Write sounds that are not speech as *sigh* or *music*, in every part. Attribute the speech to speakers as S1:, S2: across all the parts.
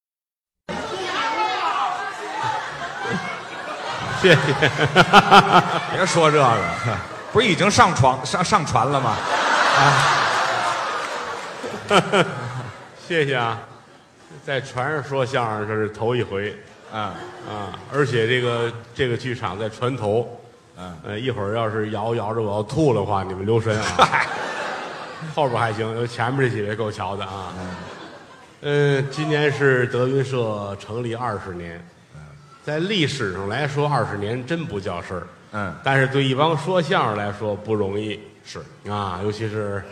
S1: *laughs* 谢谢。
S2: 别说这个，不是已经上床上上船了吗？
S1: 谢谢啊，在船上说相声这是头一回
S2: 啊，
S1: 啊，而且这个这个剧场在船头，
S2: 嗯 *laughs*
S1: 呃，一会儿要是摇摇着我要吐了话，你们留神啊。
S2: 嗨，
S1: 后边还行，前面这几位够瞧的啊。嗯，今年是德云社成立二十年，
S2: 啊
S1: 在历史上来说，二十年真不叫事儿。
S2: 嗯
S1: 但是对一帮说相声来说不容易
S2: 是
S1: 啊，尤其是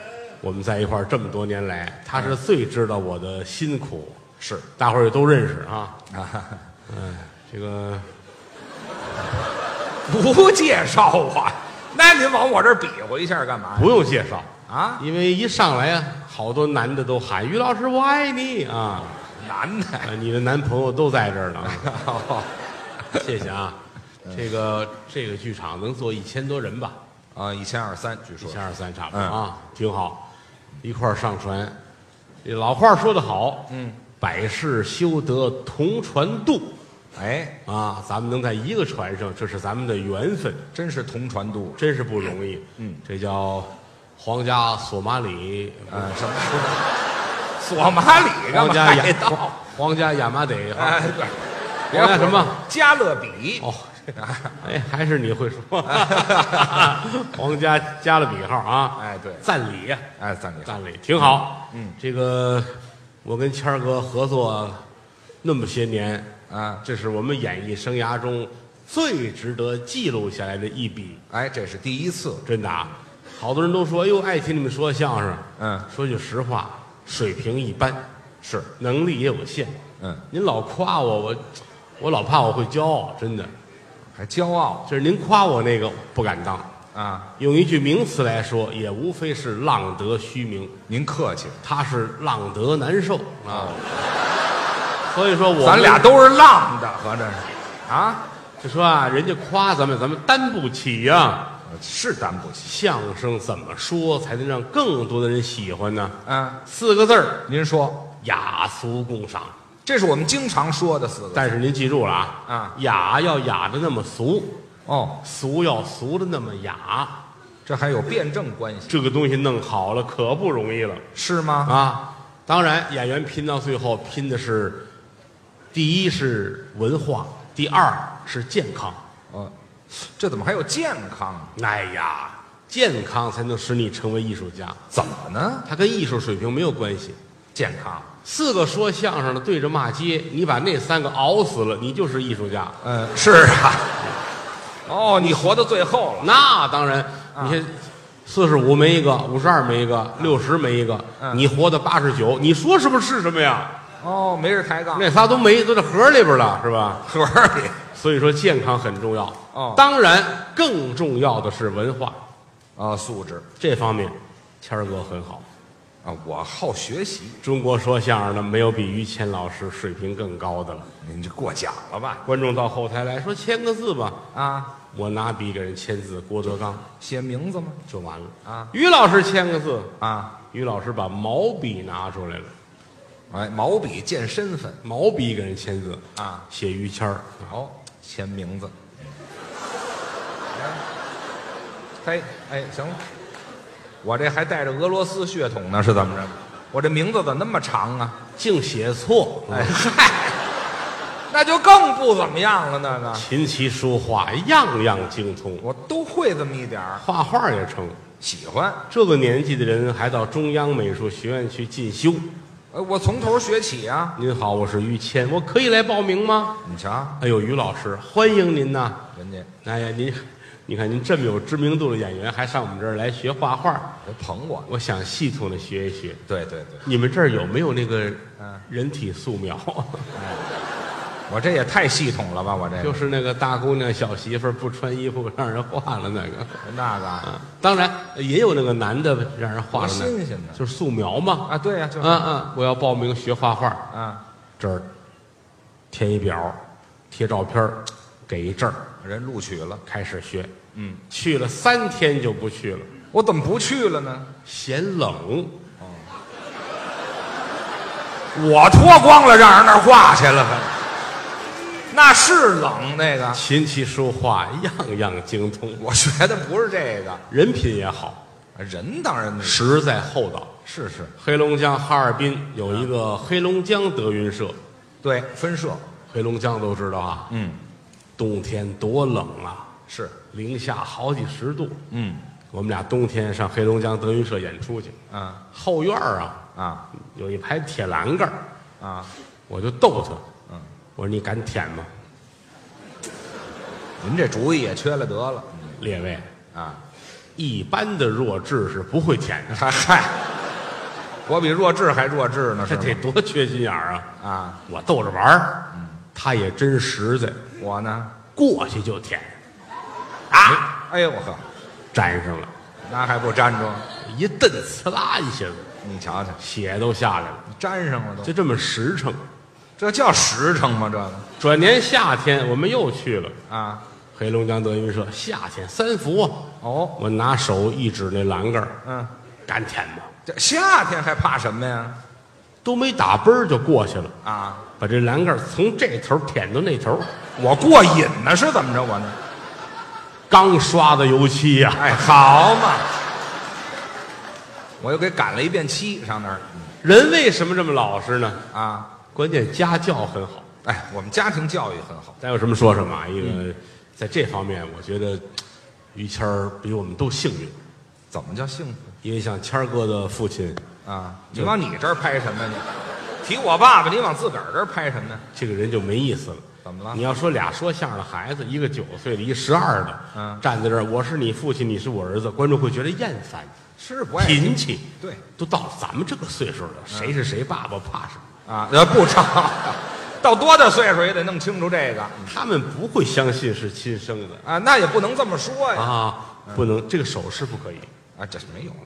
S1: 我们在一块儿这么多年来，他是最知道我的辛苦，
S2: 是
S1: 大伙儿也都认识啊。
S2: 啊，
S1: 这个
S2: 不介绍我，那您往我这儿比划一下干嘛呀？
S1: 不用介绍
S2: 啊
S1: 因为一上来啊，好多男的都喊于老师我爱你啊，
S2: 男的，
S1: *laughs* 啊你的男朋友都在这儿 *laughs* 呢。啊谢谢啊，这个这个剧场能坐一千多人吧，
S2: 啊，一千二三，据
S1: 一
S2: 说
S1: 千二三差不多啊，挺好。一块儿上船，这老话说得好，嗯，百事修得同船渡
S2: 哎，
S1: 啊，咱们能在一个船上，这是咱们的缘分，
S2: 真是同船渡
S1: 真是不容易。嗯，这叫皇家索马里，
S2: 啊！什么说的？索马里干
S1: 皇
S2: 嘛
S1: 家
S2: 还
S1: 雅
S2: 到？
S1: 皇家雅马得啊，
S2: 哎，对，
S1: 皇家哦什么？？
S2: 加勒比
S1: 哦，哎，还是你会说，皇家加了笔号啊！
S2: 哎对
S1: 赞礼呀，
S2: 哎，赞你
S1: 赞礼挺好。嗯，这个我跟谦儿哥合作那么些年，
S2: 啊！
S1: 这是我们演艺生涯中最值得记录下来的一笔，
S2: 哎，这是第一次，
S1: 真的啊！好多人都说，哎呦，爱听你们说相声。
S2: 嗯，
S1: 说句实话，水平一般，
S2: 是，
S1: 能力也有限。
S2: 嗯，
S1: 您老夸我，我我老怕我会骄傲，真的。
S2: 还骄傲
S1: 就是您夸我那个不敢当，
S2: 啊！
S1: 用一句名词来说，也无非是浪得虚名，
S2: 您客气，
S1: 他是浪得难受啊。所以说我们
S2: 咱俩都是浪的，合着是啊，
S1: 就说啊，人家夸咱们，咱们担不起呀、
S2: 呃是担不起
S1: 相声怎么说才能让更多的人喜欢呢？
S2: 啊。
S1: 四个字儿：
S2: 您说，
S1: 雅俗共赏。
S2: 这是我们经常说的四个
S1: 但是您记住了啊，
S2: 啊
S1: 雅要雅的那么俗，
S2: 哦，
S1: 俗要俗的那么雅，
S2: 这还有辩证关系
S1: 这个东西弄好了可不容易了。
S2: 是吗？
S1: 啊，当然，演员拼到最后拼的是，第一是文化，第二是健康。
S2: 哦，这怎么还有健康啊？
S1: 哎呀，健康才能使你成为艺术家，
S2: 怎么呢？
S1: 它跟艺术水平没有关系。
S2: 健康，
S1: 四个说相声的对着骂街，你把那三个熬死了，你就是艺术家。
S2: 嗯，是啊。 *laughs* 哦，你活到最后了，
S1: 那当然，
S2: 啊
S1: 你看，四十五没一个，五十二没一个，六十没一个，
S2: 嗯
S1: 你活到八十九，你说什么是什么呀？
S2: 哦，没人抬 *laughs* 杠，
S1: 那仨都没，都在盒里边了，是吧？
S2: 盒儿里，
S1: 所以说健康很重要。
S2: 哦
S1: 当然更重要的是文化
S2: 啊，素质
S1: 这方面，谦儿哥很好。
S2: 啊，我好学习，
S1: 中国说相声的没有比于谦老师水平更高的了。
S2: 您这过奖了吧？
S1: 观众到后台来说签个字吧，
S2: 啊，
S1: 我拿笔给人签字，郭德纲
S2: 写名字吗？
S1: 就完了。
S2: 啊
S1: 于老师签个字，
S2: 啊，
S1: 于老师把毛笔拿出来了，
S2: 哎，毛笔见身份
S1: 毛笔给人签字，
S2: 啊，
S1: 写于谦儿。
S2: 哦，签名字。哎哎，行了，我这还带着俄罗斯血统呢，是怎么着？我这名字怎么那么长啊？
S1: 净写错，
S2: 哎 *laughs* 嗨，那就更不怎么样了。那个
S1: 琴棋书画样样精通，
S2: 我都会这么一点儿，
S1: 画画也成。
S2: 喜欢。
S1: 这个年纪的人还到中央美术学院去进修。
S2: 呃，我从头学起啊。
S1: 您好，我是于谦，我可以来报名吗？
S2: 你瞧，
S1: 哎呦，于老师，欢迎您呐！
S2: 人家
S1: 哎呀，您，你看您这么有知名度的演员，还上我们这儿来学画画，
S2: 人哎捧我。
S1: 我想系统的学一学。
S2: 对对对，
S1: 你们这儿有没有那个
S2: 嗯
S1: 人体素
S2: *laughs*
S1: 描？
S2: 我这也太系统了吧？我这
S1: 就
S2: 个
S1: 是那个大姑娘、小媳妇儿不穿衣服让人画了那个。
S2: 那个啊
S1: 啊，当然也有那个男的让人画了那
S2: 多
S1: 个
S2: 新鲜呢
S1: 就是素描嘛。
S2: 啊，对呀，就是
S1: 嗯嗯，我要报名学画画。
S2: 啊，
S1: 这儿填一表，贴照片儿给一证儿，
S2: 人录取了，
S1: 开始学。嗯，去了三天就不去了，
S2: 我怎么不去了呢？
S1: 嫌冷。
S2: 我脱光了让人那儿挂去了，那是冷那个，
S1: 琴棋书画样样精通，
S2: 我觉得不是这个，
S1: 人品也好，
S2: 人当然是
S1: 实在厚道。
S2: 是是，
S1: 黑龙江哈尔滨有一个黑龙江德云社，
S2: 对分社，
S1: 黑龙江都知道啊，
S2: 嗯
S1: 冬天多冷啊，
S2: 是，
S1: 零下好几十度。
S2: 嗯
S1: 我们俩冬天上黑龙江德云社演出去，
S2: 啊
S1: 后院儿啊
S2: 啊
S1: 有一排铁栏杆儿，
S2: 啊，
S1: 我就逗他，
S2: 嗯，
S1: 我说你敢舔吗，
S2: 您这主意也缺了得了嗯
S1: 列位？
S2: 啊， *laughs*
S1: 一般的弱智是不会舔的，
S2: 嗨嗨，我比弱智还弱智呢，
S1: 这
S2: 是
S1: 得
S2: 吗？
S1: 多缺心眼儿啊！
S2: 啊，
S1: 我逗着玩儿，
S2: 嗯
S1: 他也真实在，
S2: 我呢，
S1: 过去就舔，啊，
S2: 哎呦我呵，
S1: 粘上了，
S2: 那还不粘着？
S1: 一蹬呲啦一下子，
S2: 你瞧瞧，
S1: 血都下来了，
S2: 粘上了都，
S1: 就这么实诚。
S2: 这叫实诚吗？这个
S1: 转年夏天我们又去了
S2: 啊，
S1: 黑龙江德云社，夏天三伏啊，
S2: 哦，
S1: 我拿手一指那栏杆儿，
S2: 嗯，
S1: 敢舔吗？
S2: 这夏天还怕什么呀？
S1: 都没打奔儿就过去了，
S2: 啊，
S1: 把这栏杆儿从这头舔到那头，
S2: 我过瘾呢，是怎么着？我呢？
S1: 刚刷的油漆呀、
S2: 哎，好嘛，我又给赶了一遍漆上那儿
S1: 人为什么这么老实呢？
S2: 啊。
S1: 关键家教很好。
S2: 哎，我们家庭教育很好，
S1: 咱有什么说什么啊。一
S2: 嗯
S1: 个在这方面，我觉得于谦儿比我们都幸运，
S2: 怎么叫幸福
S1: 因为像谦儿哥的父亲，
S2: 啊？你往你这儿拍什么呀？你提我爸爸，你往自个儿这儿拍什么呀？
S1: 这个人就没意思了。
S2: 怎么了
S1: 你要说俩说相声的孩子，一个九岁的，一十二的，
S2: 嗯
S1: 站在这儿，我是你父亲，你是我儿子，观众会觉得厌烦、
S2: 是不爱听
S1: 贫气。
S2: 对
S1: 都到了咱们这个岁数了，
S2: 嗯
S1: 谁是谁爸爸怕什么？
S2: 啊？呃，不成，到多大岁数也得弄清楚这个
S1: 他们不会相信是亲生的
S2: 啊。那也不能这么说呀
S1: 啊，不能这个手势不可以。
S2: 啊，这是没有了。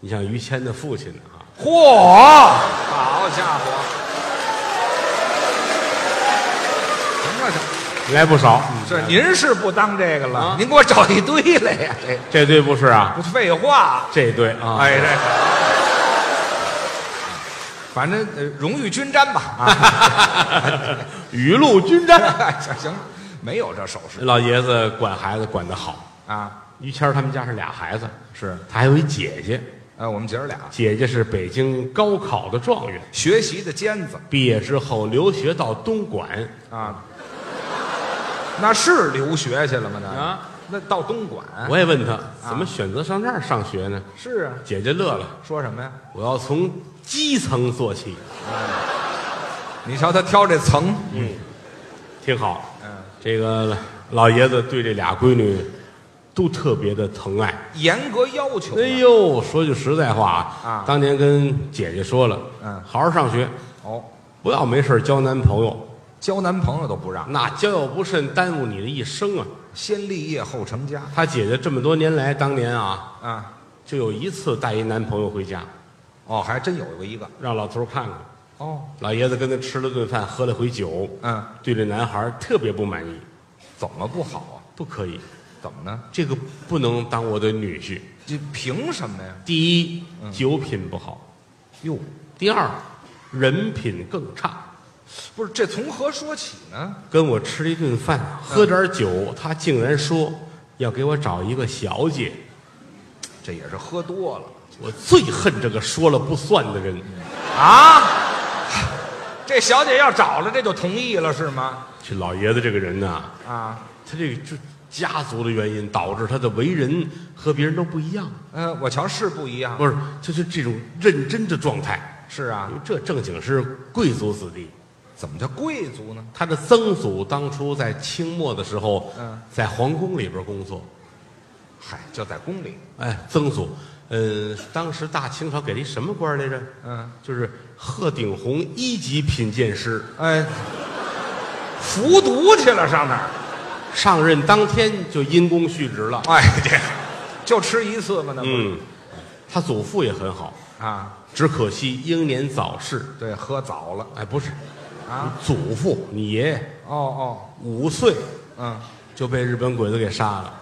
S1: 你像于谦的父亲啊，
S2: 嚯，好家伙！行了行了。
S1: 来不少，
S2: 这您是不当这个了，
S1: 啊
S2: 您给我找一堆来呀！这
S1: 这对不是啊？
S2: 不废话，
S1: 这对啊，
S2: 哎这，反正呃荣誉均沾吧啊！
S1: 雨露均沾。
S2: *laughs* 行行，没有这手势
S1: 老爷子管孩子管得好，
S2: 啊，
S1: 于谦儿他们家是俩孩子，
S2: 是
S1: 他还有一姐姐，
S2: 呃，我们姐儿俩
S1: 姐姐是北京高考的状元，
S2: 学习的尖子
S1: 毕业之后留学到东莞，
S2: 啊，那是留学去了吗？那
S1: 啊，
S2: 那到东莞
S1: 我也问
S2: 啊
S1: 他怎么选择上这儿上学呢？
S2: 是啊，
S1: 姐姐乐了，
S2: 说什么呀？
S1: 我要从基层做起，
S2: 你瞧他挑这层，
S1: 嗯，挺好。
S2: 嗯，
S1: 这个老爷子对这俩闺女都特别的疼爱。
S2: 严格要求
S1: 哎
S2: 呢
S1: 呦，说句实在话
S2: 啊
S1: 当年跟姐姐说了，
S2: 嗯
S1: 好好上学，
S2: 哦，
S1: 不要没事儿交男朋友，
S2: 交男朋友都不让，
S1: 那交友不慎耽误你的一生啊！
S2: 先立业后成家
S1: 她姐姐这么多年来，当年啊，
S2: 啊。
S1: 就有一次带一男朋友回家，
S2: 哦，还真有过一个。
S1: 让老头儿看看。
S2: 哦，
S1: 老爷子跟他吃了顿饭，喝了回酒，
S2: 嗯，
S1: 对这男孩儿特别不满意，
S2: 怎么不好啊？
S1: 不可以，
S2: 怎么呢？
S1: 这个不能当我的女婿。
S2: 这凭什么呀？
S1: 第一
S2: 嗯，
S1: 酒品不好；
S2: 哟，
S1: 第二，人品更差。
S2: 不是这从何说起呢？
S1: 跟我吃了一顿饭，喝点酒，他竟然说要给我找一个小姐，
S2: 这也是喝多了
S1: 我最恨这个说了不算的人。
S2: 啊。 *laughs* 这小姐要找了，这就同意了是吗？
S1: 这老爷子这个人呐、
S2: 啊，
S1: 他这个就家族的原因导致他的为人和别人都不一样，
S2: 呃，我瞧是不一样。
S1: 不是，就是这种认真的状态。
S2: 是啊，
S1: 这正经是贵族子弟，
S2: 怎么叫贵族呢？
S1: 他的曾祖当初在清末的时候，
S2: 嗯
S1: 在皇宫里边工作。
S2: 嗨，就在宫里。
S1: 哎，曾祖，呃，当时大清朝给了一什么官儿来着？
S2: 嗯，
S1: 就是鹤顶红一级品鉴师，
S2: 哎，服毒去了上哪儿？
S1: 上任当天就因公殉职了。
S2: 哎，这就吃一次嘛，那不是、
S1: 嗯，他祖父也很好，
S2: 啊？
S1: 只可惜英年早逝。
S2: 对，喝早了
S1: 哎，不是，
S2: 啊。
S1: 祖父，你爷爷
S2: 哦哦，
S1: 五岁
S2: 嗯。
S1: 就被日本鬼子给杀了。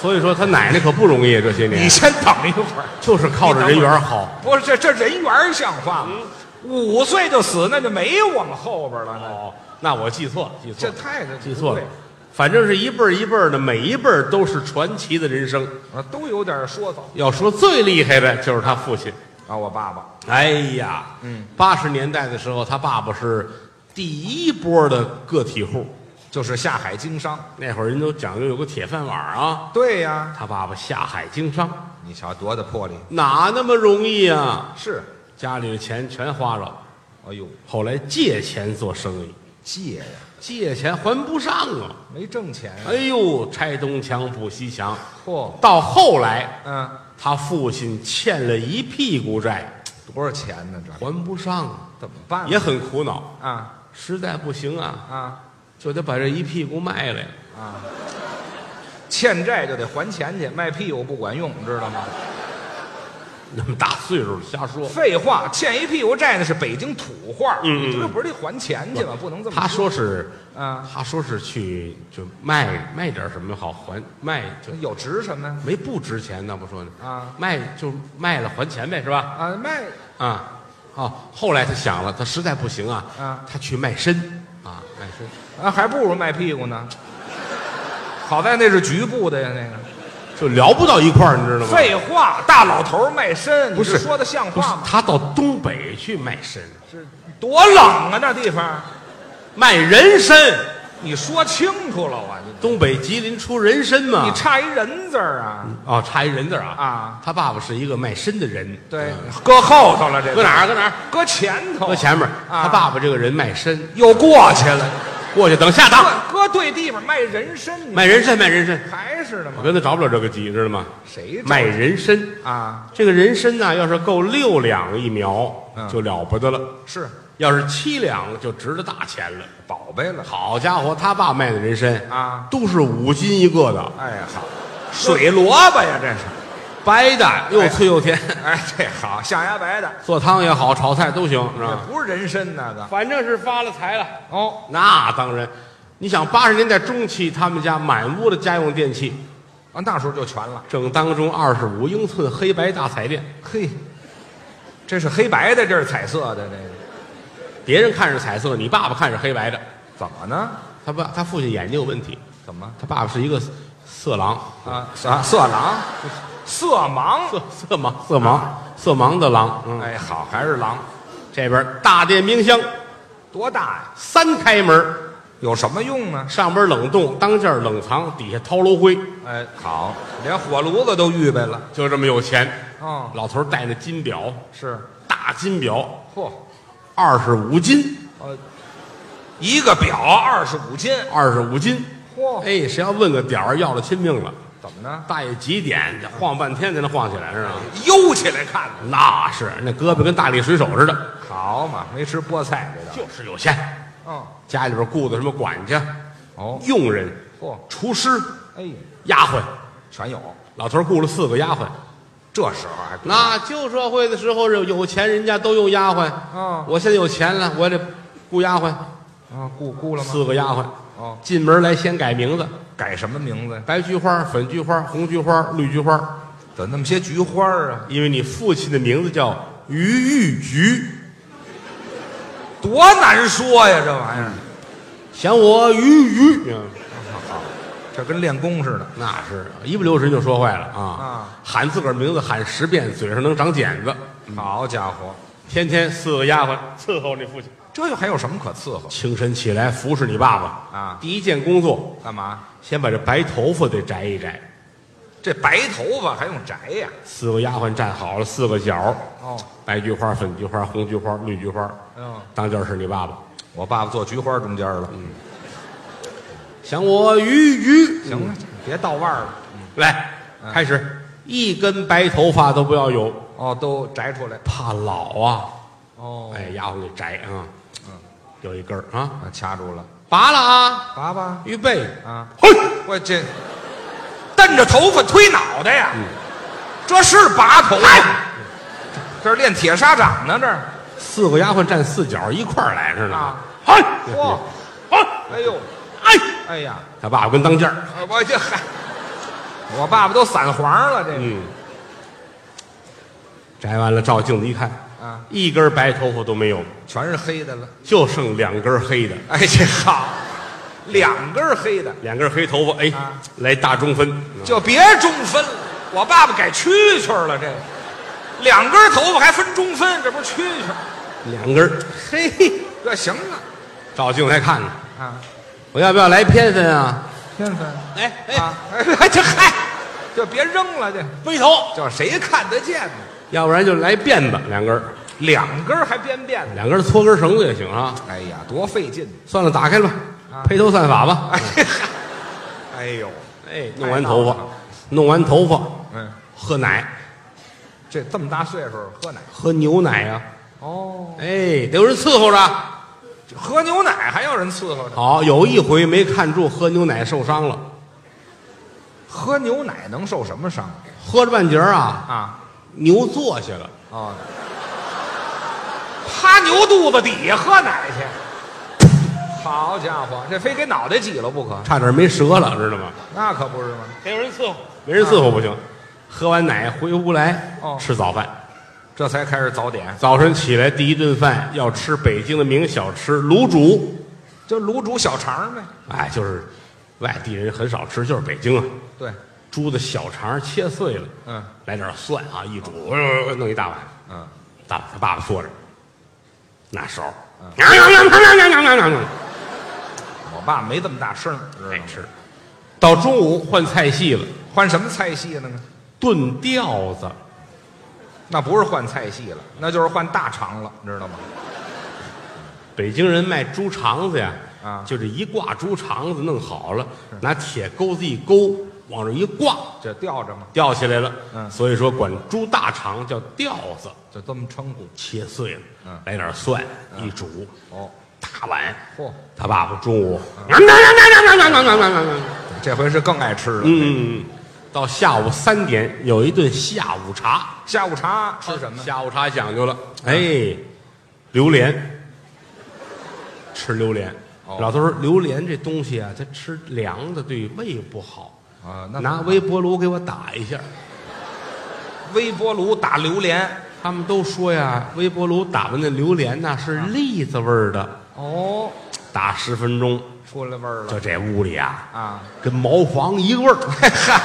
S1: 所以说他奶奶可不容易，啊这些
S2: 你
S1: 年
S2: 先等一会儿，
S1: 就是靠着人缘好。
S2: 不是这这人缘儿像话吗？五岁就死，那就没往后边了。
S1: 哦，那我记错了，记错
S2: 这
S1: 了，
S2: 太这
S1: 记错
S2: 不
S1: 了
S2: 对。
S1: 反正是一辈儿一辈儿的，每一辈儿都是传奇的人生。
S2: 啊，都有点说头
S1: 要说最厉害的，就是他父亲。
S2: 啊。我爸爸
S1: 哎呀，
S2: 嗯，
S1: 八十年代的时候，他爸爸是第一波的个体户。
S2: 就是下海经商，
S1: 那会儿人都讲究有个铁饭碗啊，
S2: 对呀，
S1: 他爸爸下海经商，
S2: 你瞧多大魄力，
S1: 哪那么容易啊？
S2: 是，
S1: 家里的钱全花了，
S2: 哎呦，
S1: 后来借钱做生意，
S2: 借呀，
S1: 借钱还不上啊！
S2: 没挣钱呀，
S1: 哎呦，拆东墙补西墙。
S2: 嚯，
S1: 到后来，
S2: 嗯，
S1: 他父亲欠了一屁股债，
S2: 多少钱呢？这
S1: 还不上啊，
S2: 怎么办呢？
S1: 也很苦恼。
S2: 啊
S1: 实在不行啊，
S2: 啊
S1: 就得把这一屁股卖了呀。
S2: 啊，欠债就得还钱去，卖屁股不管用，知道吗？
S1: 那么大岁数瞎说。
S2: 废话，欠一屁股债那是北京土话，
S1: 嗯嗯
S2: 这不是得还钱去吗？不能这么
S1: 他说是，
S2: 啊，
S1: 他说是去就卖卖点什么好还卖就
S2: 有值什么呀？
S1: 没不值钱那不说呢
S2: 啊
S1: 卖就卖了还钱呗是吧？
S2: 啊，卖
S1: 啊，哦，后来他想了，他实在不行啊，
S2: 啊
S1: 他去卖身啊，卖身。
S2: 啊，还不如卖屁股呢。好在那是局部的呀，那个。
S1: 就聊不到一块儿，你知道吗？
S2: 废话，大老头儿卖身，
S1: 不是
S2: 你这说的像
S1: 不是
S2: 话吗？
S1: 他到东北去卖身，
S2: 是多冷啊，那地方！
S1: 卖人参。
S2: 你说清楚了啊，你
S1: 东北吉林出人参嘛？
S2: 你差一人字儿啊
S1: 哦，差一人字儿啊！
S2: 啊！
S1: 他爸爸是一个卖身的人，
S2: 对
S1: 嗯，
S2: 搁后头了，这
S1: 搁哪儿？搁哪儿？
S2: 搁前头，
S1: 搁前面儿。
S2: 啊
S1: 他爸爸这个人卖身，
S2: 又过去了，
S1: 过去等下当
S2: 搁搁对地方卖人参，你
S1: 啊卖人参，卖人参。
S2: 还是的
S1: 我
S2: 吗？
S1: 跟他找不了这个急，知道吗？
S2: 谁这
S1: 卖人参，
S2: 啊？
S1: 这个人参呢，要是够六两一苗
S2: 嗯，
S1: 就了不得了。
S2: 是
S1: 要是七两就值了大钱了。
S2: 宝贝了，
S1: 好家伙，他爸卖的人参
S2: 啊
S1: 都是五斤一个的，
S2: 哎呀好，水萝卜呀，这是，
S1: 白的又脆又甜，
S2: 哎，这好象牙白的，
S1: 做汤也好，炒菜都行，是
S2: 这
S1: 吧？
S2: 不是人参那个
S1: 反正是发了财了。
S2: 哦，
S1: 那当然，你想八十年代中期，他们家满屋的家用电器，
S2: 啊，那时候就全了。
S1: 正当中二十五英寸黑白大彩电，
S2: 嘿，这是黑白的，这是彩色的，这个
S1: 别人看是彩色，你爸爸看是黑白的。
S2: 怎么呢？
S1: 他爸他父亲眼睛有问题，
S2: 怎么
S1: 他爸爸是一个色狼，
S2: 啊？色色狼，色盲。
S1: 色色盲色盲色盲的狼。嗯，
S2: 哎，好，还是狼，
S1: 这边大电冰箱
S2: 多大呀？
S1: 三开门。
S2: 有什么用呢？
S1: 上边冷冻，当间儿冷藏，底下掏炉灰，
S2: 哎，好，连火炉子都预备了。
S1: 就这么有钱。
S2: 哦，
S1: 老头儿戴那金表，
S2: 是，
S1: 大金表，
S2: 嚯，
S1: 二十五斤，
S2: 呃，一个表二十五斤，
S1: 二十五斤。
S2: 嚯，
S1: 哎，谁要问个点儿，要了亲命了。
S2: 怎么呢？
S1: 大爷几点？这晃半天才能晃起来，是吧？
S2: 悠起来看呢。
S1: 那是，那胳膊跟大力水手似的，
S2: 好嘛，没吃菠菜这个。
S1: 就是有钱。
S2: 嗯，
S1: 家里边雇的什么管家、
S2: 哦，
S1: 佣人、
S2: 嚯，
S1: 厨师、
S2: 哎，
S1: 丫鬟，
S2: 全有。
S1: 老头儿雇了四个丫鬟。
S2: 这时候还不
S1: 那旧社会的时候，这有钱人家都用丫鬟。
S2: 嗯
S1: 我现在有钱了，我得雇丫鬟。
S2: 啊，雇雇了吗？
S1: 四个丫鬟
S2: 哦，
S1: 进门来先改名字，
S2: 改什么名字呀？
S1: 白菊花、粉菊花、红菊花、绿菊花，
S2: 怎么那么些菊花啊？
S1: 因为你父亲的名字叫于玉菊，
S2: 多难说呀，这玩意儿，
S1: 想我于于，嗯
S2: 嗯这跟练功似的。
S1: 那是一不留神就说坏了啊
S2: 啊！
S1: 喊自个儿名字喊十遍，嘴上能长茧子。
S2: 好家伙，
S1: 天天四个丫鬟伺候你父亲，
S2: 这又还有什么可伺候？
S1: 清晨起来服侍你爸爸
S2: 啊
S1: 第一件工作，
S2: 干嘛？
S1: 先把这白头发得摘一摘。
S2: 这白头发还用摘呀？
S1: 四个丫鬟站好了，四个角，
S2: 哦，
S1: 白菊花、粉菊花、红菊花、绿菊花，
S2: 嗯，
S1: 当间儿是你爸爸。
S2: 我爸爸坐菊花中间了。
S1: 想我于于，
S2: 行了，别倒腕儿了。
S1: 来开始，一根白头发都不要有，
S2: 哦，都摘出来。
S1: 怕老啊。
S2: 哦
S1: 哎，丫鬟给摘啊，有一根儿啊，
S2: 啊，掐住了，
S1: 拔了啊，
S2: 拔吧。
S1: 预备，
S2: 啊，
S1: 嘿，
S2: 我这瞪着头发推脑袋呀，这是拔头啊。这是练铁砂掌呢，这儿
S1: 四个丫鬟站四角一块儿来着呢
S2: 啊。
S1: 嘿，
S2: 嚯
S1: 嘿，
S2: 哎呦，
S1: 哎，
S2: 哎呀，
S1: 他爸爸跟当间儿，
S2: 啊我这嗨，我爸爸都散黄了，这个
S1: 嗯，摘完了照镜子一看，
S2: 啊，
S1: 一根白头发都没有，
S2: 全是黑的了。
S1: 就剩两根黑的，
S2: 哎，这好，两根儿黑的，
S1: 两根黑头发，哎
S2: 啊，
S1: 来大中分，
S2: 就别中分了。我爸爸改蛐蛐儿了，这个两根头发还分中分，这不是蛐蛐儿？
S1: 两根儿嘿，
S2: 这行了
S1: 照镜来看看，
S2: 啊，
S1: 我要不要来偏分啊？
S2: 天分
S1: 哎
S2: 啊，哎，这嗨，就别扔了，这
S1: 背头，
S2: 叫谁看得见呢？
S1: 要不然就来辫子，两根儿
S2: 两根儿还编辫子，
S1: 两根儿搓根绳子也行啊。
S2: 哎呀，多费劲！
S1: 算了，打开吧
S2: 啊，
S1: 披头散发吧。
S2: 哎嗨， *laughs* 哎呦，
S1: 哎，弄完头发，弄完头发，
S2: 嗯，
S1: 喝奶，
S2: 这这么大岁数喝奶
S1: 喝牛奶啊。
S2: 哦，
S1: 哎，得有人伺候着。
S2: 这喝牛奶还要人伺候呢。
S1: 好，有一回没看住，喝牛奶受伤了，
S2: 喝牛奶能受什么伤
S1: 喝着半截儿啊，
S2: 啊？
S1: 牛坐下了，
S2: 哦，趴牛肚子底下喝奶去。好家伙，这非给脑袋挤了不可，
S1: 差点没折了，知道吗？
S2: 那可不是吗？
S1: 得有人伺候，没人伺候不行。喝完奶回屋来
S2: 哦，
S1: 吃早饭。
S2: 这才开始早点，
S1: 早晨起来第一顿饭要吃北京的名小吃卤煮，
S2: 就卤煮小肠呗。
S1: 哎，就是外地人很少吃，就是北京啊，
S2: 对，
S1: 猪的小肠切碎了，
S2: 嗯
S1: 来点蒜啊，一煮，哎呦弄一大碗。
S2: 嗯，
S1: 大他爸爸坐着，拿勺，喵喵喵喵喵喵喵喵，
S2: 嗯我爸没这么大声，知道
S1: 爱
S2: 吗？
S1: 哎吃。到中午换菜系了，
S2: 换什么菜系了呢？
S1: 炖吊子。
S2: 那不是换菜系了，那就是换大肠了，知道吗？
S1: 北京人卖猪肠子呀，
S2: 啊
S1: 就这一挂猪肠子弄好了，拿铁钩子一勾，往这一挂，
S2: 这吊着嘛，
S1: 吊起来了。
S2: 嗯
S1: 所以说管猪大肠叫吊子，
S2: 就这么称呼。
S1: 切碎了，
S2: 嗯
S1: 来点蒜一煮，
S2: 哦，
S1: 大碗。
S2: 嚯，
S1: 他爸爸中午，喵喵喵喵喵喵喵喵喵喵
S2: 这回是更爱吃了。
S1: 嗯，到下午三点有一顿下午茶，
S2: 下午茶吃什么？
S1: 下午茶讲究了，哎，榴莲，吃榴莲。
S2: 哦
S1: 老头说榴莲这东西啊，它吃凉的对胃不好，
S2: 啊，那
S1: 哦拿微波炉给我打一下。
S2: 微波炉打榴莲。
S1: 他们都说呀，微波炉打完的榴莲呐是栗子味儿的，
S2: 哦，
S1: 打十分钟，
S2: 出来味儿了
S1: 就这屋里啊，
S2: 啊！ *laughs*
S1: 跟茅房一个味儿。
S2: 嗨，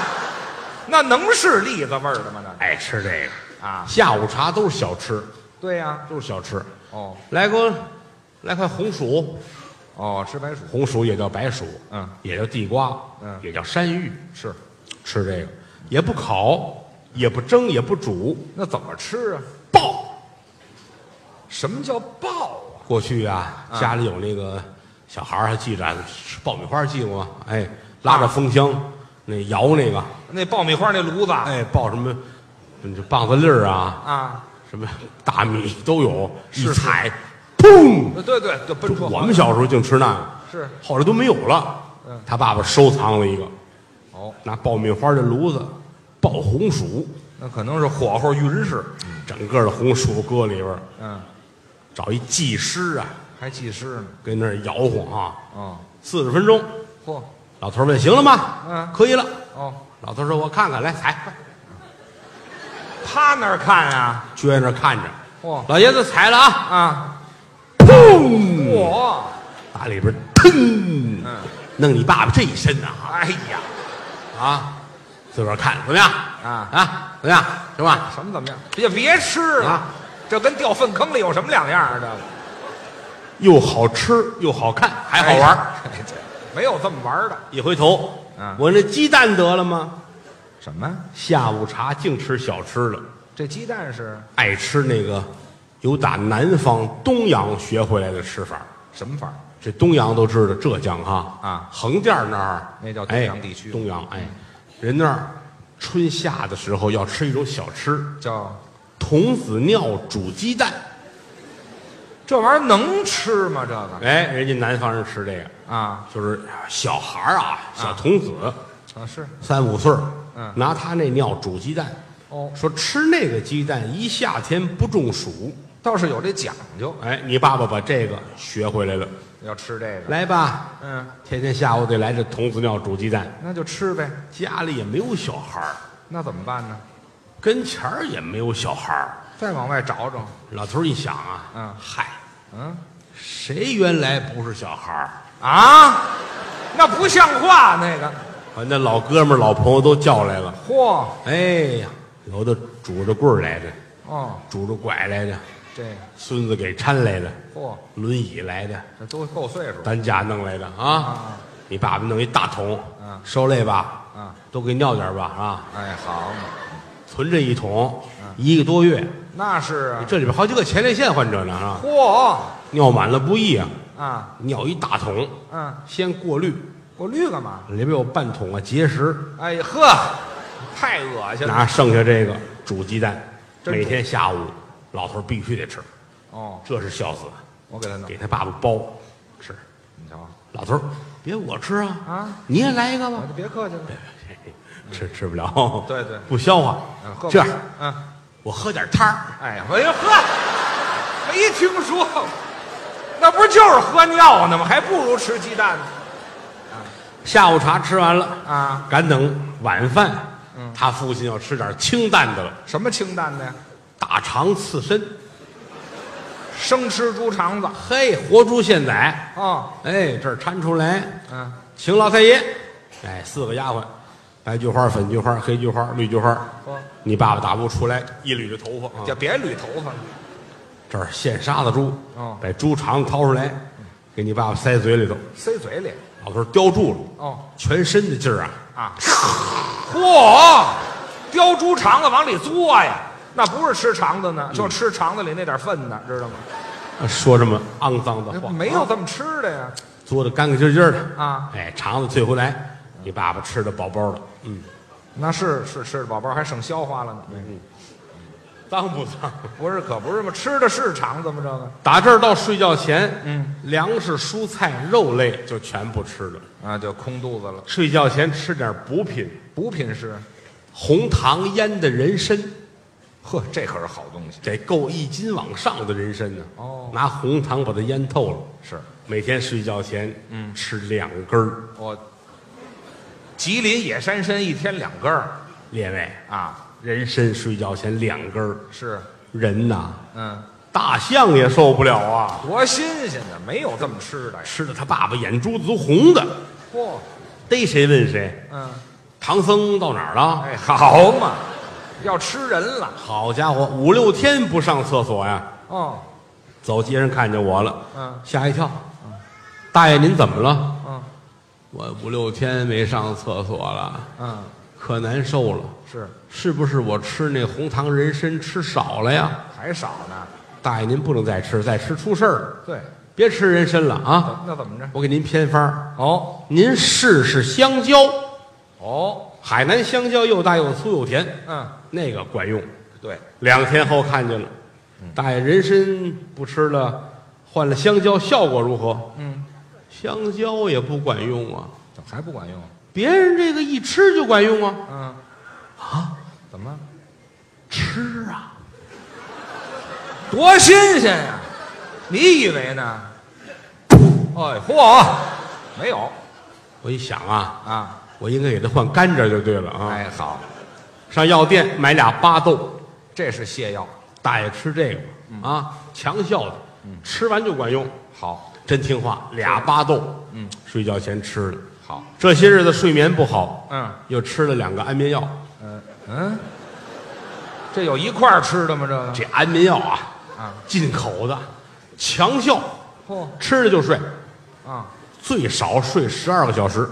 S2: 那能是栗子味儿的吗？那
S1: 爱吃这个，
S2: 啊，
S1: 下午茶都是小吃，
S2: 对呀、
S1: 都是小吃。
S2: 哦
S1: 来给我来块红薯，
S2: 哦，吃白薯
S1: 红薯也叫白薯，
S2: 嗯，
S1: 也叫地瓜，
S2: 嗯
S1: 也叫山芋，
S2: 是，
S1: 吃这个也不烤，也不蒸，也不煮，
S2: 那怎么吃啊？
S1: 爆。
S2: 什么叫爆啊？
S1: 过去啊，家里有那个小孩儿还记着啊吃爆米花，记过吗？哎，拉着风箱那摇那个，
S2: 那爆米花那炉子、
S1: 哎，爆什么？嗯就棒子粒儿啊，
S2: 啊，
S1: 什么大米都有，一
S2: 是是
S1: 踩，砰！
S2: 对对，就奔出
S1: 我们小时候净吃那个，
S2: 是
S1: 后来都没有了
S2: 嗯。
S1: 他爸爸收藏了一个，
S2: 哦，
S1: 拿爆米花的炉子爆红薯，
S2: 那可能是火候匀实。
S1: 整个的红薯搁里边儿，
S2: 嗯，
S1: 找一技师啊，
S2: 还技师呢。
S1: 跟那儿摇晃啊，
S2: 哦，
S1: 四十分钟。
S2: 嚯，
S1: 老头儿问：“行了吗？”
S2: 嗯
S1: 可以了。
S2: 哦，
S1: 老头儿说：“我看看，来踩，快
S2: 趴那儿看啊，
S1: 撅在那儿看着。”
S2: 嚯
S1: 老爷子踩了啊！
S2: 啊，
S1: 砰！
S2: 嚯，
S1: 打里边儿，腾，
S2: 嗯
S1: 弄你爸爸这一身啊
S2: 哎呀，
S1: 啊！自个儿看怎么样？
S2: 啊
S1: 啊，怎么样？行吧？
S2: 什么怎么样？别别吃了，
S1: 啊
S2: 这跟掉粪坑里有什么两样啊？这个。
S1: 又好吃又好看，还好玩儿。
S2: 哎这 *laughs* 没有这么玩儿的。
S1: 一回头
S2: 嗯，
S1: 我那鸡蛋得了吗？
S2: 什么？
S1: 下午茶净吃小吃了，
S2: 这鸡蛋是
S1: 爱吃那个有打南方东洋学回来的吃法。
S2: 什么法儿？
S1: 这东洋都知道，浙江哈
S2: 啊
S1: 横店儿那儿
S2: 那叫东洋地区嗯
S1: 哎东洋哎，人那儿春夏的时候要吃一种小吃，
S2: 叫
S1: 童子尿煮鸡蛋。
S2: 这玩意儿能吃吗？这个
S1: 哎，人家南方人吃这个，
S2: 啊
S1: 就是小孩儿啊，小童子、
S2: 啊是
S1: 三五岁儿
S2: 嗯
S1: 拿他那尿煮鸡蛋。
S2: 哦，
S1: 说吃那个鸡蛋一夏天不中暑。
S2: 倒是有这讲究，
S1: 哎，你爸爸把这个学回来了，
S2: 要吃这个。
S1: 来吧，
S2: 嗯，
S1: 天天下午得来这童子尿煮鸡蛋。
S2: 那就吃呗。
S1: 家里也没有小孩儿，
S2: 那怎么办呢？
S1: 跟前儿也没有小孩儿，
S2: 再往外找找，
S1: 老头儿一想啊，
S2: 嗯
S1: 嗨，
S2: 嗯
S1: 谁原来不是小孩儿？
S2: 啊，那不像话那个。
S1: 把那老哥们儿、老朋友都叫来了。
S2: 嚯，
S1: 哎呀，有的拄着棍儿来的，
S2: 哦，
S1: 拄着拐来的，
S2: 这
S1: 孙子给搀来的，
S2: 嚯，
S1: 轮椅来的，
S2: 这都够岁数
S1: 担架弄来的啊。
S2: 啊
S1: 你爸爸弄一大桶
S2: 嗯，
S1: 受累吧，
S2: 啊！
S1: 都给尿点儿吧啊，
S2: 哎，好嘛，
S1: 存这一桶
S2: 啊
S1: 一个多月，
S2: 那是啊。
S1: 这里边好几个前列腺患者呢啊，
S2: 嚯
S1: 尿满了不易啊，
S2: 啊，
S1: 尿一大桶，
S2: 嗯，
S1: 先过滤，
S2: 过滤干嘛？
S1: 里边有半桶啊结石，
S2: 哎呀呵，太恶心了。
S1: 拿剩下这个煮鸡蛋，
S2: 真煮
S1: 每天下午老头儿必须得吃，
S2: 哦，
S1: 这是孝子，
S2: 我给他弄
S1: 给，他爸爸包吃。
S2: 你瞧
S1: 老头儿，别我吃啊，
S2: 啊，
S1: 你也来一个
S2: 我
S1: 吧。
S2: 就别客气了。
S1: *laughs* 吃吃不了，
S2: 对对
S1: 不消化
S2: 嗯，喝。不
S1: 这样
S2: 起，嗯，
S1: 我喝点汤儿，
S2: 哎呀，哎呀呵，没听说过，那不就是喝尿呢吗？还不如吃鸡蛋呢
S1: 下午茶吃完了，
S2: 啊？
S1: 赶等晚饭，他父亲要吃点清淡的了，
S2: 什么清淡的呀？
S1: 大肠刺身，
S2: 生吃猪肠子
S1: 嘿，活猪现宰，
S2: 哦，
S1: 哎，这儿掺出来，
S2: 嗯，
S1: 请老太爷，哎，四个丫鬟，白菊花、粉菊花、黑菊花、绿菊花，
S2: 嚯
S1: 你爸爸打不出来，一捋着头发，
S2: 就
S1: 啊、
S2: 别捋头发了。
S1: 这儿现杀的猪，
S2: 哦
S1: 把猪肠子掏出来，给你爸爸塞嘴里头，
S2: 塞嘴里。
S1: 老头儿叼住了。
S2: 哦
S1: 全身的劲儿啊，
S2: 啊，嚯，叼猪肠子往里嘬呀，那不是吃肠子呢，就吃肠子里那点粪呢，知道吗？
S1: 呃说这么肮脏的话，
S2: 没有这么吃的呀。
S1: 做的干干净净的
S2: 嗯啊，
S1: 哎，肠子退回来，你爸爸吃的饱饱的，嗯，
S2: 那是是吃的宝宝还省消化了呢，
S1: 脏不脏？
S2: 不是可不是嘛，吃的是肠子吗？这个
S1: 打这儿到睡觉前，
S2: 嗯，
S1: 粮食、蔬菜、肉类就全不吃了，
S2: 啊，就空肚子了。
S1: 睡觉前吃点补品，
S2: 补品是，
S1: 红糖腌的人参，
S2: 呵，这可是好东西。
S1: 得够一斤往上的人参呢，
S2: 哦
S1: 拿红糖把它腌透了，
S2: 是
S1: 每天睡觉前，嗯，吃两根儿，
S2: 我，吉林野山参一天两根儿
S1: 列位，
S2: 啊，
S1: 人参睡觉前两根儿，
S2: 是，
S1: 人呐。
S2: 嗯，
S1: 大象也受不了啊！
S2: 多新鲜呢，没有这么吃的呀。
S1: 吃的他爸爸眼珠子都红的，
S2: 嚯，
S1: 逮谁问谁。
S2: 嗯。
S1: 唐僧到哪儿了？
S2: 哎，好嘛，要吃人了。
S1: 好家伙，五六天不上厕所呀！
S2: 哦，
S1: 走街上看见我了，
S2: 嗯
S1: 吓一跳。大爷您怎么了？
S2: 嗯
S1: 我五六天没上厕所了，
S2: 嗯，
S1: 可难受了。
S2: 是
S1: 是不是我吃那红糖人参吃少了呀？
S2: 还少呢。
S1: 大爷您不能再吃，再吃出事儿了。
S2: 对，
S1: 别吃人参了啊！
S2: 那怎么着？
S1: 我给您偏方儿，
S2: 哦
S1: 您试试香蕉。
S2: 哦，
S1: 海南香蕉又大又粗又甜，
S2: 嗯，
S1: 那个管用。
S2: 对，
S1: 两天后看见了，大爷人参不吃了，换了香蕉，效果如何？
S2: 嗯，
S1: 香蕉也不管用啊，
S2: 怎么还不管用？
S1: 别人这个一吃就管用啊，
S2: 嗯啊，怎么？
S1: 吃啊！
S2: 多新鲜呀！你以为呢？哎，嚯，没有
S1: 我一想啊，
S2: 啊。
S1: 我应该给他换甘蔗就对了啊。
S2: 哎，好，
S1: 上药店买俩巴豆，
S2: 这是泻药，
S1: 大爷吃这个啊，强效的，吃完就管用，
S2: 好，
S1: 真听话。俩巴豆，
S2: 嗯，
S1: 睡觉前吃了。
S2: 好，
S1: 这些日子睡眠不好，
S2: 嗯
S1: 又吃了两个安眠药。
S2: 嗯嗯，这有一块儿吃的吗？这个
S1: 这安眠药啊，
S2: 啊，
S1: 进口的，强效，
S2: 嚯
S1: 吃了就睡，
S2: 啊，
S1: 最少睡十二个小时。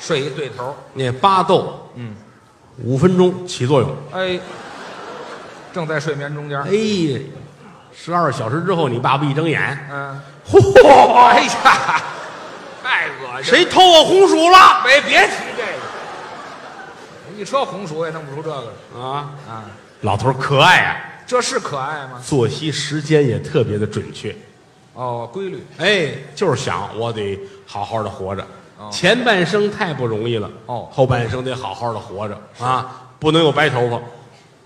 S2: 睡一对头。
S1: 那巴豆，
S2: 嗯，
S1: 五分钟起作用。
S2: 哎，正在睡眠中间。
S1: 哎，十二小时之后，你爸爸一睁眼，
S2: 嗯，哎
S1: 嚯，
S2: 呀，太恶心！
S1: 谁偷我红薯了？
S2: 别别提这个，一说红薯也弄不出这个
S1: 啊，
S2: 啊。
S1: 老头儿可爱啊，
S2: 这是可爱吗？
S1: 作息时间也特别的准确。
S2: 哦，规律。
S1: 哎，就是想我得好好的活着
S2: 哦，
S1: 前半生太不容易了，
S2: 哦
S1: 后半生得好好的活着啊，不能有白头发，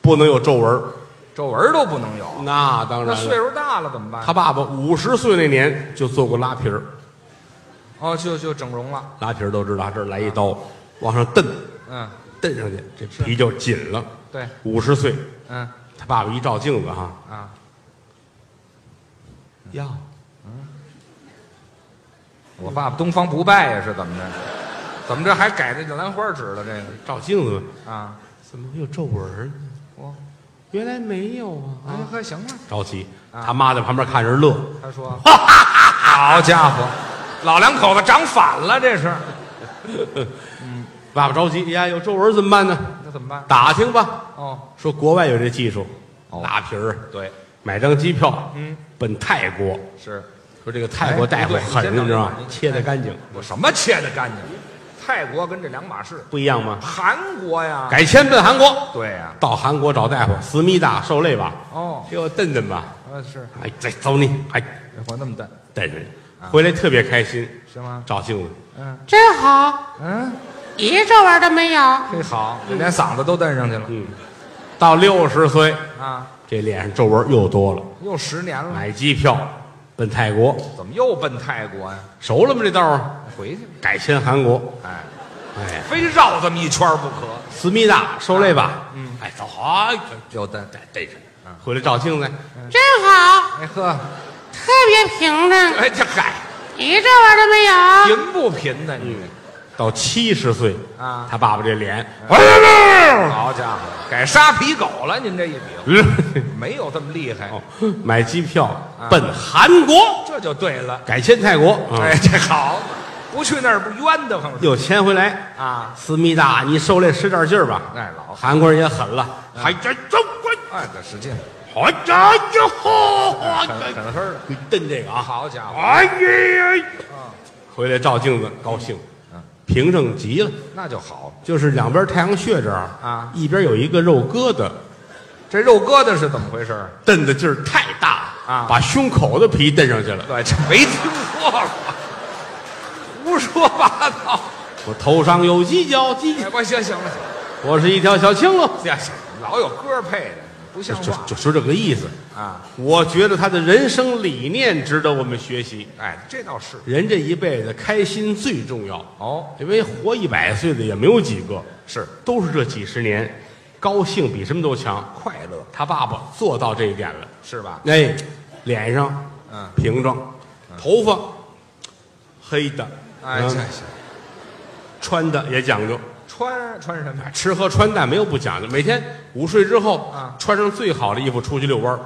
S1: 不能有皱纹儿，
S2: 皱纹都不能有，
S1: 那当
S2: 那
S1: 然
S2: 岁
S1: 了。
S2: 数大了怎么办？
S1: 他爸爸五十岁那年就做过拉皮儿，
S2: 哦，就就整容了。
S1: 拉皮儿都知道，这儿来一刀，往上蹬，
S2: 嗯，
S1: 蹬上去，这皮就紧了。
S2: 对，
S1: 五十岁
S2: 嗯，
S1: 他爸爸一照镜子哈，
S2: 啊，
S1: 呀，
S2: 我爸爸东方不败呀，是怎么着？怎么着还改这兰花指了？这个
S1: 照镜子
S2: 啊，
S1: 怎么会有皱纹儿呢？
S2: 我
S1: 原来没有啊！
S2: 哎呵，行了。
S1: 着急，
S2: 啊
S1: 他妈在旁边看人乐，
S2: 他说：“好家伙，老两口子长反了，这是嗯
S1: 爸爸着急，哎呀，有皱纹怎么办呢？
S2: 那怎么办
S1: 打听吧，？”
S2: 哦，
S1: 说国外有这技术，
S2: 哦
S1: 拉皮儿，
S2: 对，
S1: 买张机票，
S2: 嗯，
S1: 奔泰国。
S2: 是
S1: 说这个泰国
S2: 哎
S1: 大夫
S2: 对你
S1: 狠，
S2: 先等
S1: 你知道
S2: 会儿
S1: 吗？
S2: 你
S1: 啊切的干净，
S2: 我什么切的干净？泰国跟这两码事，
S1: 不一样吗？
S2: 韩国呀，
S1: 啊改签奔韩国，
S2: 对呀、
S1: 到韩国找大夫，思密达受累吧，
S2: 哦，
S1: 给我蹬蹬吧，
S2: 呃是，
S1: 哎，这走你，哎，
S2: 这活那么淡，
S1: 蹬人，回来特别开心，
S2: 是吗？
S1: 照镜子，
S2: 嗯
S3: 真好，
S2: 嗯，
S3: 一个玩的没有。
S2: 这好，这连嗓子都蹬上去了、
S1: 嗯，到六十岁，
S2: 啊，
S1: 这脸上皱纹又多了，
S2: 又十年了，
S1: 买机票奔泰国，
S2: 怎么又奔泰国呀？
S1: 熟了吗？这道儿
S2: 回去吧，
S1: 改签韩国，
S2: 哎，
S1: 哎呀，
S2: 非绕这么一圈不可，
S1: 思密达受累吧，嗯，哎，走好，哎
S2: 又蹬，
S1: 蹬着，回来照镜子，
S3: 真好，
S2: 哎呵，
S3: 特别平整，
S2: 哎这嗨，
S3: 一个玩的没有。
S2: 贫不贫呢你？
S1: 到七十岁
S2: 啊
S1: 他爸爸这脸，哎
S2: 好家伙，嗯改沙皮狗了，您这一比没有这么厉害，
S1: 哦，买机票奔韩国，
S2: 这就对了。
S1: 改签泰国，啊
S2: 哎，，这好，不去那儿不冤得慌是
S1: 又签回来。
S2: 啊？
S1: 思密达，你受累使点劲儿吧。
S2: 那老
S1: 韩国人也狠了，还真中国，
S2: 哎，这使劲，
S1: 还真就好，
S2: 狠狠狠儿的，
S1: 你蹬这个啊！
S2: 好家伙，
S1: 哎呀，回来照镜子，高兴
S2: 嗯，
S1: 平整极了。
S2: 那就好。
S1: 就是两边太阳穴这儿
S2: 啊
S1: 一边有一个肉疙瘩，
S2: 这肉疙瘩是怎么回事儿？
S1: 蹬的劲儿太大
S2: 啊
S1: 把胸口的皮蹬上去了。
S2: 对，这没听说过，胡说八道。
S1: 我头上有犄角，犄角
S2: 哎，我行行了，行了
S1: 我是一条小青龙，
S2: 这行老有歌配的，不像
S1: 就
S2: 话
S1: 就是这个意思。
S2: 啊。
S1: 我觉得他的人生理念值得我们学习。
S2: 哎，这倒是
S1: 人这一辈子开心最重要，
S2: 哦，
S1: 因为活一百岁的也没有几个，
S2: 是
S1: 都是这几十年，高兴比什么都强。
S2: 快乐
S1: 他爸爸做到这一点了，
S2: 是吧？
S1: 哎，脸上
S2: 嗯
S1: 平整，头发黑的，
S2: 哎，
S1: 嗯
S2: 这行。
S1: 穿的也讲究，
S2: 穿穿什么？
S1: 吃喝穿戴没有不讲究。每天午睡之后
S2: 啊，
S1: 穿上最好的衣服出去遛弯儿，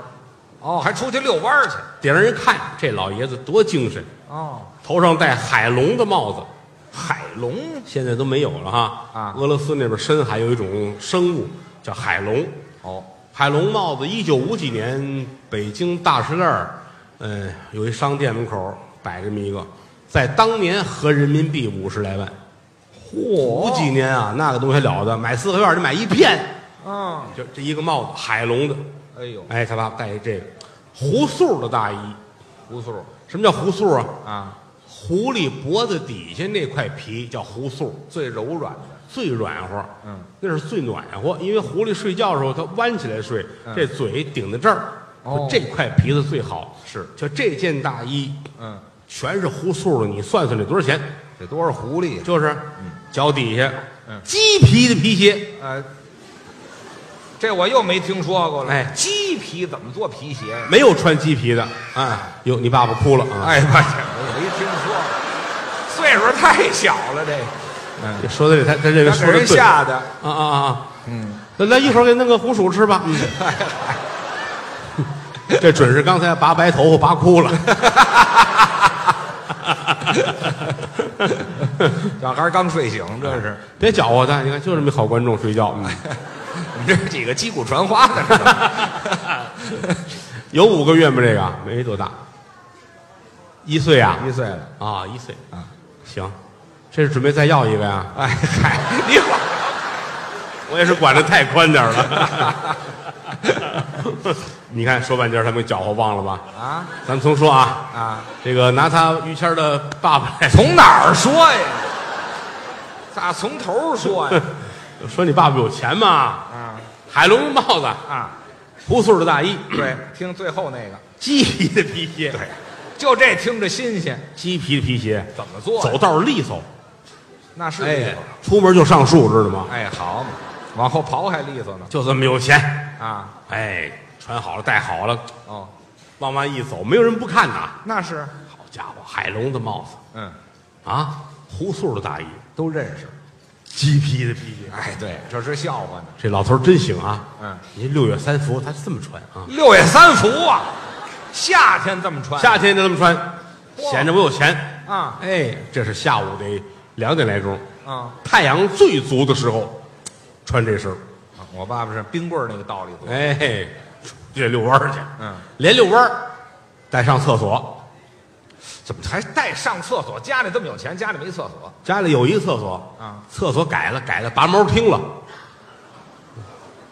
S2: 哦，还出去遛弯儿去。
S1: 得让人看这老爷子多精神。
S2: 哦，
S1: 头上戴海龙的帽子，
S2: 海龙
S1: 现在都没有了哈。
S2: 啊
S1: 俄罗斯那边深海有一种生物叫海龙，
S2: 哦，
S1: 海龙帽子，一九五几年北京大石栏儿，嗯、有一商店门口摆这么一个，在当年合人民币五十来万。五
S2: 嚯
S1: 几年啊，那个东西了得，买四合院得买一片，
S2: 嗯，
S1: 就这一个帽子，海龙的。
S2: 哎呦，
S1: 哎，他爸戴一这个胡素的大衣，
S2: 胡素
S1: 什么叫胡素啊？
S2: 啊，
S1: 狐狸脖子底下那块皮叫胡素，
S2: 最柔软的，
S1: 最软和，
S2: 嗯，
S1: 那是最暖和，因为狐狸睡觉的时候它弯起来睡，
S2: 嗯
S1: 这嘴顶在这儿，
S2: 哦
S1: 这块皮子最好。
S2: 是，
S1: 就这件大衣
S2: 嗯，
S1: 全是胡素的，你算算得多少钱？
S2: 得多少狐狸呀？
S1: 就是脚底下
S2: 嗯
S1: 鸡皮的皮鞋，
S2: 呃，这我又没听说过了。
S1: 哎
S2: 鸡皮怎么做皮鞋呀？
S1: 没有穿鸡皮的。哎，哟，你爸爸哭了啊！
S2: 哎，我我没听说过，岁数太小了，这个
S1: 说的这他他嗯这个
S2: 哎他
S1: 说
S2: 给
S1: 的
S2: 人吓的。
S1: 啊啊啊！
S2: 嗯，
S1: 那来一会儿给弄个红薯吃吧。嗯， *laughs* 这准是刚才拔白头发拔哭了。
S2: 小孩刚睡醒，这是
S1: *laughs* 别搅和他，你看就这么一好观众睡觉。嗯 *laughs*
S2: 我们这是几个击鼓传花的是吧？
S1: 有五个月吗？这个没多大，一岁啊
S2: 一岁了，
S1: 啊，一岁
S2: 啊，
S1: 行，这是准备再要一个呀？
S2: 哎嗨，你管
S1: 啊我也是管的太宽点儿了。 *laughs* 你看说半截儿他们搅和忘了吧？
S2: 啊
S1: 咱们重说啊，
S2: 啊！
S1: 这个拿他于谦儿的爸爸来
S2: 从哪儿说呀？咋从头儿说
S1: *laughs*
S2: 呀？
S1: 说，你爸爸有钱吗？
S2: 啊
S1: 海龙帽子，
S2: 啊，
S1: 朴素的大衣，
S2: 对，听最后那个，
S1: 鸡皮的皮鞋，
S2: 对，就这听着新鲜，
S1: 鸡皮的皮鞋，
S2: 怎么做呀？
S1: 走道儿利索，
S2: 那是利
S1: 哎
S2: 索，，
S1: 出门就上树，知道吗？
S2: 哎，好嘛，往后刨还利索呢
S1: 就这么有钱，
S2: 啊！
S1: 哎，穿好了，戴好了，
S2: 哦，
S1: 往外一走，没有人不看呐。
S2: 那是，
S1: 好家伙，海龙的帽子
S2: 嗯，
S1: 啊，胡素的大衣，
S2: 都认识。
S1: 鸡皮的皮鞋，
S2: 哎，对，这是笑话呢。
S1: 这老头儿真行啊！
S2: 嗯，
S1: 您六月三伏他这么穿啊，
S2: 六月三伏啊，夏天这么穿，
S1: 夏天就这么穿，显着我有钱。
S2: 啊
S1: 哎，这是下午得两点来钟，
S2: 啊，
S1: 太阳最足的时候，穿这身儿
S2: 我爸爸是冰棍儿那个道理多。
S1: 哎，嘿去遛弯儿去，
S2: 嗯，
S1: 连遛弯儿，带上厕所。
S2: 怎么还带上厕所？家里这么有钱，家里没厕所
S1: 家里有一个厕所，
S2: 啊
S1: 厕所改了，改了拔毛厅了，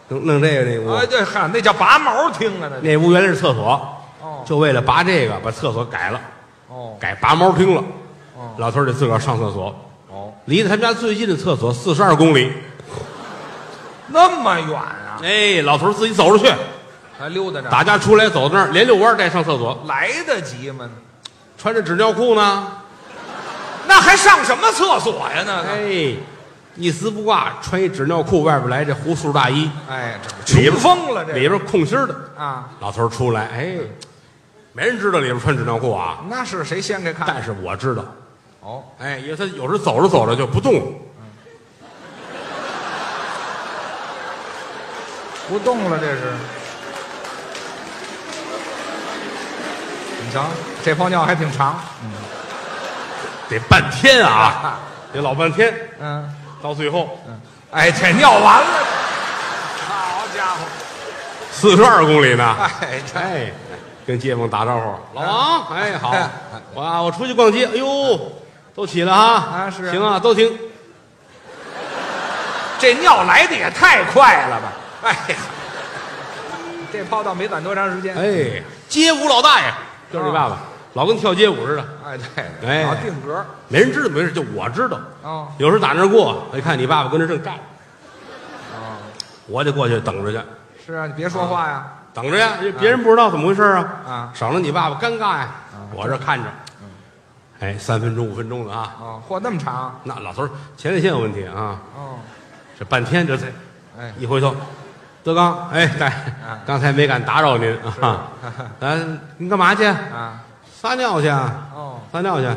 S1: 弄弄这个那屋，
S2: 哎，对，哈，那叫拔毛听啊，那叫
S1: 那屋原来是厕所，
S2: 哦
S1: 就为了拔这个，把厕所改了，
S2: 哦
S1: 改拔毛厅了。
S2: 哦
S1: 老头儿得自个儿上厕所，
S2: 哦，
S1: 离他们家最近的厕所四十二公里。
S2: 那么远啊，
S1: 哎，老头儿自己走着去，
S2: 还溜达着，
S1: 打家出来走到那儿，连遛弯儿带上厕所，
S2: 来得及吗？
S1: 穿着纸尿裤呢。
S2: 那还上什么厕所呀？那个
S1: 哎，一丝不挂，穿一纸尿裤，外边来这胡素大衣，
S2: 哎，这不
S1: 里边
S2: 穷疯了，这
S1: 里边空心儿的。
S2: 啊，
S1: 老头儿出来，哎，没人知道里边穿纸尿裤啊，
S2: 那是谁掀开看？
S1: 但是我知道。
S2: 哦，
S1: 哎，因为他有时候走着走着就不动了。
S2: 不动了，这是。你瞧，这泡尿还挺长。
S1: 得半天啊 *laughs*
S2: 啊，
S1: 得老半天，
S2: 嗯，
S1: 到最后
S2: 哎，这尿完了，好家伙！
S1: 四十二公里 *laughs* 呢。
S2: 哎，这
S1: 哎，跟街坊打招呼，老王，哎 *laughs* 好，我啊我出去逛街，哎呦，都起了啊，
S2: 啊是啊
S1: 行啊，都停，
S2: 这尿来的也太快了吧！哎呀，这泡倒没攒多长时间。
S1: 哎，街舞老大爷就是你爸爸，老跟跳街舞似的，
S2: 哎，对，
S1: 哎
S2: 然后定格。
S1: 没人知道没事，就我知道。
S2: 哦
S1: 有时候打那儿过，一看你爸爸跟那儿正站着，
S2: 哦，
S1: 我得过去等着去，
S2: 是啊，你别说话呀。
S1: 等着呀，别人不知道怎么回事啊
S2: 啊，嗯
S1: 省得你爸爸尴尬呀。我这看着，哎，三分钟五分钟的啊。
S2: 哦，嚯，那么长。
S1: 那老头儿前列腺有问题啊，
S2: 哦，
S1: 这半天这才
S2: 哎，
S1: 一回头，德刚，哎，大爷
S2: 啊，
S1: 刚才没敢打扰您啊，咱您干嘛去？
S2: 啊，
S1: 撒尿去啊，
S2: 哦，
S1: 撒尿去。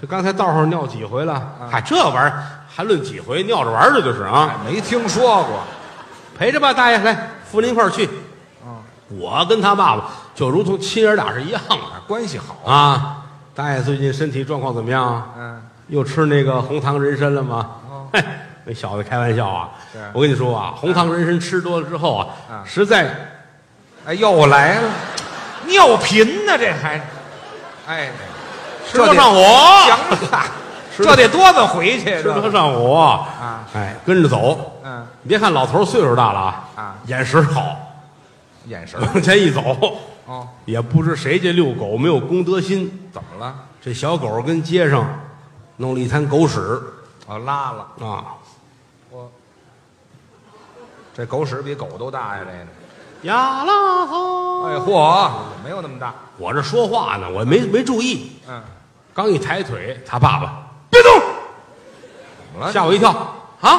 S1: 这刚才道上尿几回
S2: 嗯
S1: 了？嗨，这玩意儿还论几回，尿着玩儿的就是啊。
S2: 哎，没听说过。
S1: 陪着吧，大爷，来扶您一块儿去。
S2: 嗯，
S1: 我跟他爸爸就如同亲爷俩是一样的
S2: 啊关系好。
S1: 啊。大爷最近身体状况怎么样啊？
S2: 嗯，
S1: 又吃那个红糖人参了吗？
S2: 哦
S1: 嘿，那小子开玩笑啊
S2: 是！嗯
S1: 我跟你说啊，红糖人参吃多了之后啊，
S2: 啊
S1: 实在
S2: 哎，又来了，尿频呢，这还，哎，
S1: 吃不
S2: 行
S1: 上火，
S2: 了，
S1: 吃
S2: *laughs* 这得多子回去，
S1: 吃
S2: 这
S1: 不上火
S2: 啊！
S1: 哎，跟着走，
S2: 嗯，
S1: 你别看老头岁数大了啊，
S2: 啊
S1: 眼神好，
S2: 眼神儿
S1: 往前一走，
S2: 哦，
S1: 也不知谁家遛狗没有公德心，
S2: 怎么了？
S1: 这小狗跟街上弄了一滩狗屎
S2: 哦，拉了，
S1: 啊
S2: 我这狗屎比狗都大呀，这个，
S1: 呀啦吼！
S2: 哎嚯，没有那么大，
S1: 我这说话呢，我没没注意，
S2: 嗯，
S1: 刚一抬腿，他爸爸别动，
S2: 怎么了？
S1: 吓我一跳啊！
S2: 哎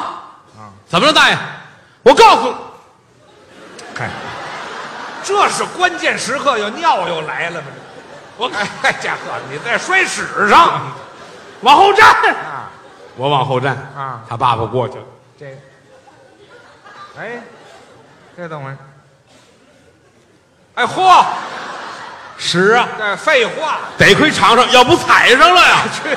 S2: 啊，
S1: 怎么了，大爷？我告诉你，
S2: 哎，这是关键时刻，又尿又来了吗？我 *laughs* 哎，家伙，你在摔屎上
S1: *laughs* 往后站。
S2: 啊？
S1: 我往后站
S2: 啊
S1: 他爸爸过去了，
S2: 这个，哎，这怎么回事？哎嚯，
S1: 屎啊！
S2: 这废话，
S1: 得亏尝上，要不踩上了呀！
S2: 去，